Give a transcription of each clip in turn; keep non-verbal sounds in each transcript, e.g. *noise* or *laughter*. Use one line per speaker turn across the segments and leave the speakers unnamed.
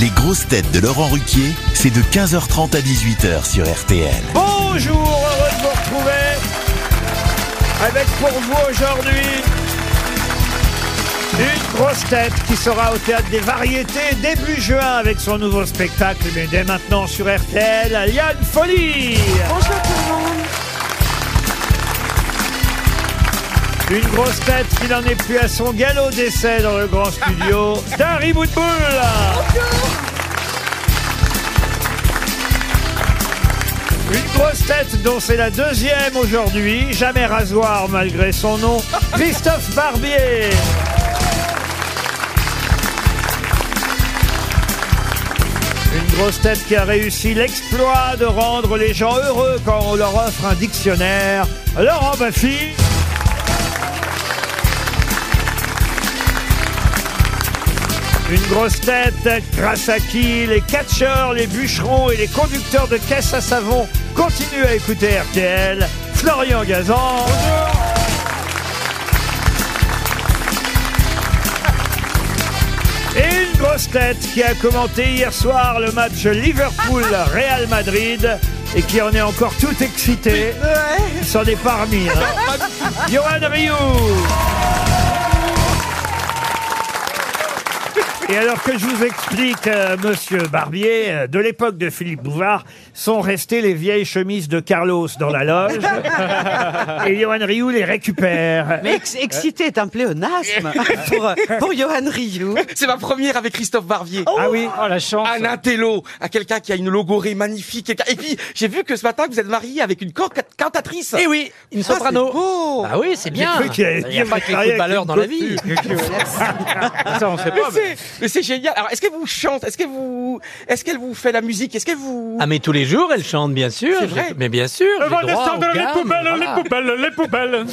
Les grosses têtes de Laurent Ruquier, c'est de 15h30 à 18h sur RTL.
Bonjour, heureux de vous retrouver avec pour vous aujourd'hui une grosse tête qui sera au théâtre des variétés début juin avec son nouveau spectacle, mais dès maintenant sur RTL, Liane Folie. Bonjour tout le monde. Une grosse tête qui n'en est plus à son galop d'essai dans le grand studio d'Harry Woodbull. Une grosse tête dont c'est la deuxième aujourd'hui, jamais rasoir malgré son nom, Christophe Barbier. Une grosse tête qui a réussi l'exploit de rendre les gens heureux quand on leur offre un dictionnaire, Laurent Baffy. Une grosse tête grâce à qui les catcheurs, les bûcherons et les conducteurs de caisses à savon continuent à écouter RTL. Florian Gazan. Et une grosse tête qui a commenté hier soir le match Liverpool-Real Madrid et qui en est encore tout excité. Il s'en est parmi. hein. Johan Rioux. Et alors que je vous explique, euh, monsieur Barbier, euh, de l'époque de Philippe Bouvard, sont restées les vieilles chemises de Carlos dans la loge. et Johan Rioux les récupère.
Mais
Euh.
ex- excité est
*laughs*
un pléonasme pour, euh, pour Johan Rioux.
C'est ma première avec Christophe Barbier.
Ah oui, oh la chance.
Un intello, à quelqu'un qui a une logorée magnifique. quelqu'un- Et puis, j'ai vu que ce matin, vous êtes marié avec une cor- cantatrice. Ah,
Eh oui, une soprano. Ah oui, c'est bien.
cru qu'il y avait
Il n'y a
dit
pas que les
marié avec
footballeurs
une
dans la vie. *laughs*
mais
Ah, bah.
c'est- mais c'est génial. Alors, est-ce qu'elle vous chante Est-ce qu'elle vous, est-ce qu'elle vous fait la musique Est-ce qu'elle vous
Ah mais tous les jours, elle chante, bien sûr.
C'est vrai.
J'ai- Mais bien sûr. j'ai droit aux gammes, voilà.
poubelles, les poubelles.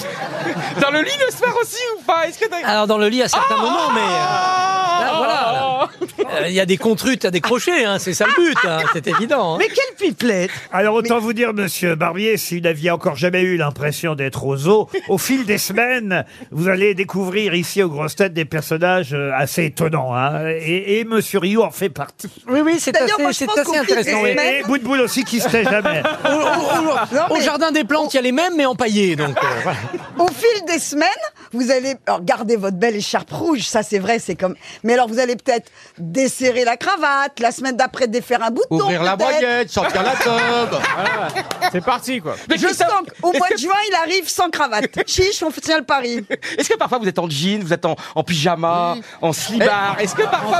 dans le lit le soir aussi ou pas Est-ce que t'as-
Alors dans le lit à certains
Oh
moments, mais
Ah
Ah. là, voilà. euh, il y a des contrutes à décrocher, hein, c'est ça le but,
*laughs*
hein, c'est évident. hein.
Mais quelle pipelette
Alors autant vous dire, monsieur Barbier, si vous n'aviez encore jamais eu l'impression d'être aux eaux, au fil des semaines, vous allez découvrir ici aux grosses têtes des personnages euh, assez étonnants. hein. Et, et monsieur Rioux en fait partie.
Oui, oui, c'est
D'ailleurs, moi,
assez,
je
c'est
pense
assez
qu'au fil des
intéressant. oui.
semaines-
Et, et bout de boule aussi qui se tait
*laughs*
jamais.
Au, au- au-
*laughs* Non,
au
mais-
jardin des plantes, il y a les mêmes, mais empaillés. Donc,
*laughs*
euh, voilà.
Au fil des semaines, vous allez alors, garder votre belle écharpe rouge, ça c'est vrai, c'est comme. Mais alors vous allez peut-être desserrer la cravate, la semaine d'après défaire un bouton. peut-être.
sortir la tube.
C'est parti, quoi.
Mais
Je
Christophe,
sens qu'au
est-ce
mois
que-
de juin, il arrive sans cravate. Chiche, on tient le pari.
Est-ce que parfois vous êtes en jean, vous êtes en, en pyjama, en slibard
Eh,
Est-ce que parfois,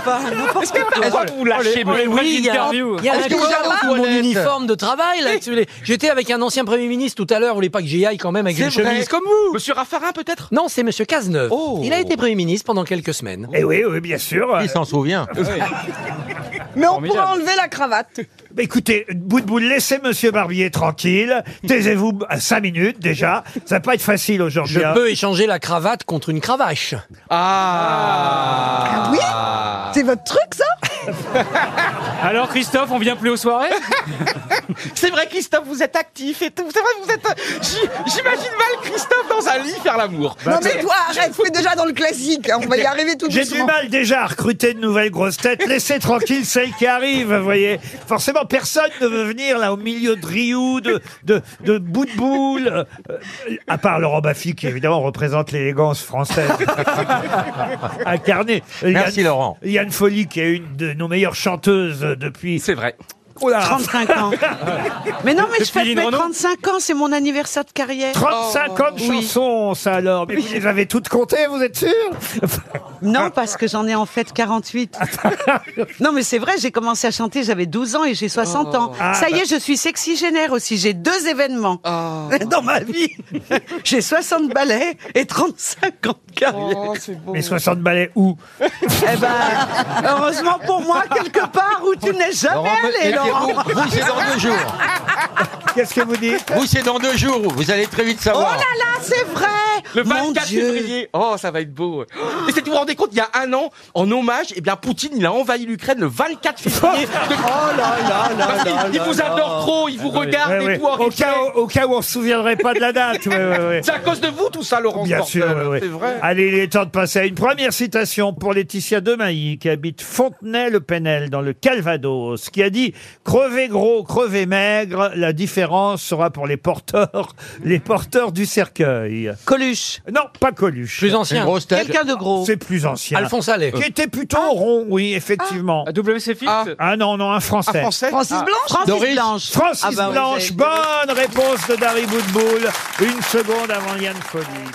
est-ce que parfois vous vous lâchez
Oh, les-
mais-
oh, les-
Oui, il y a,
interview.
il y a
Est-ce
la
que vous
couleur
avez
de
la
mon
toilette
uniforme de travail. là, tu les- J'étais avec un ancien Premier ministre tout à l'heure, vous voulez pas que j'y aille quand même avec
C'est
une
vrai.
chemise comme vous
Monsieur Raffarin peut-être
Non, c'est Monsieur Cazeneuve.
Oh.
Il a été Premier ministre pendant quelques semaines.
Et Eh oui, oui, bien sûr.
s'en souvient.
Mais on
Formidable.
pourra enlever la cravate.
Bah, Écoutez, bout de boule, laissez Monsieur Barbier tranquille. Taisez-vous à 5 minutes déjà. Ça va pas être facile aujourd'hui.
Je
hein.
peux échanger la cravate contre une cravache.
Ah
Ah oui C'est votre truc, ça
Alors, Christophe, on vient plus aux soirées
C'est vrai, Christophe, vous êtes actif et tout. C'est vrai, vous êtes. J'- J'imagine mal Christophe dans un lit faire l'amour.
Non, mais toi, arrête, fais déjà dans le classique. hein, On va y arriver tout
J'ai du
doucement.
mal déjà à recruter de nouvelles grosses têtes. Laissez tranquille celles qui arrivent, vous voyez. Forcément, personne ne veut venir là au milieu de Rioux, de, de, de bout de boule. Euh, euh, à part Laurent Baffy, qui évidemment représente l'élégance française. Incarnée.
Merci, Laurent.
Yann Folly, qui est une de nos meilleures chanteuses depuis.
C'est vrai.
Oh là,
35 ans.
*laughs*
Mais non, mais je fête
Lynn
mes
Renaud
35 ans, c'est mon anniversaire de carrière.
35 ans de chansons, ça alors. Mais vous les avez toutes comptées, vous êtes sûr
Non, parce que j'en ai en fait
*laughs*
48. non, mais c'est vrai, j'ai commencé à chanter, j'avais 12 ans et j'ai 60 ans.
Ah,
Ça y
bah.
est, je suis sexygénaire aussi, j'ai deux événements
Oh,
dans ma vie. j'ai 60 ballets et 35 ans de carrière.
c'est beau.
Mais 60 balais où
Eh ben, heureusement pour moi, quelque part où tu n'es jamais allé, Laurent.
Vous, c'est dans deux jours.
Qu'est-ce que vous dites
Vous, c'est dans deux jours. Vous allez très vite
Oh
savoir.
là là, c'est vrai
Le
Mon
24
Dieu.
février. Oh, ça va être beau. Et c'est vous vous rendez rendez compte, il y a un an, en hommage, eh bien, Poutine, il a envahi l'Ukraine le
*laughs*
24 février.
Oh
Parce qu'il- il vous adore trop, il vous regarde
Ouais, ouais.
et tout. en
Au,
respect.
cas où, au cas où on se souviendrait pas de la date. ouais, ouais, ouais.
C'est à cause de vous tout *laughs* ça, Laurent
Bien
Portel,
sûr, ouais, ouais.
c'est vrai.
Allez, il est temps de passer à une première citation pour Laetitia Demailly, qui habite Fontenay-le-Penel, dans le Calvados, qui a dit « Crever gros, crever maigre, la différence sera pour les porteurs, les porteurs du cercueil.
Coluche, »
Non, pas Coluche.
plus ancien.
grosse tête.
Quelqu'un de gros.
C'est plus ancien.
Alphonse Allais.
Qui était plutôt rond, oui, effectivement.
WC
Ah.
Ah non, non, un
Un
Français.
français Ah.
Francis Blanche
Francis
Doris.
Blanche.
Francis
Ah bah oui,
Blanche,
j'avais-
bonne réponse de Dari Boudboul. Une seconde avant Yann Folie.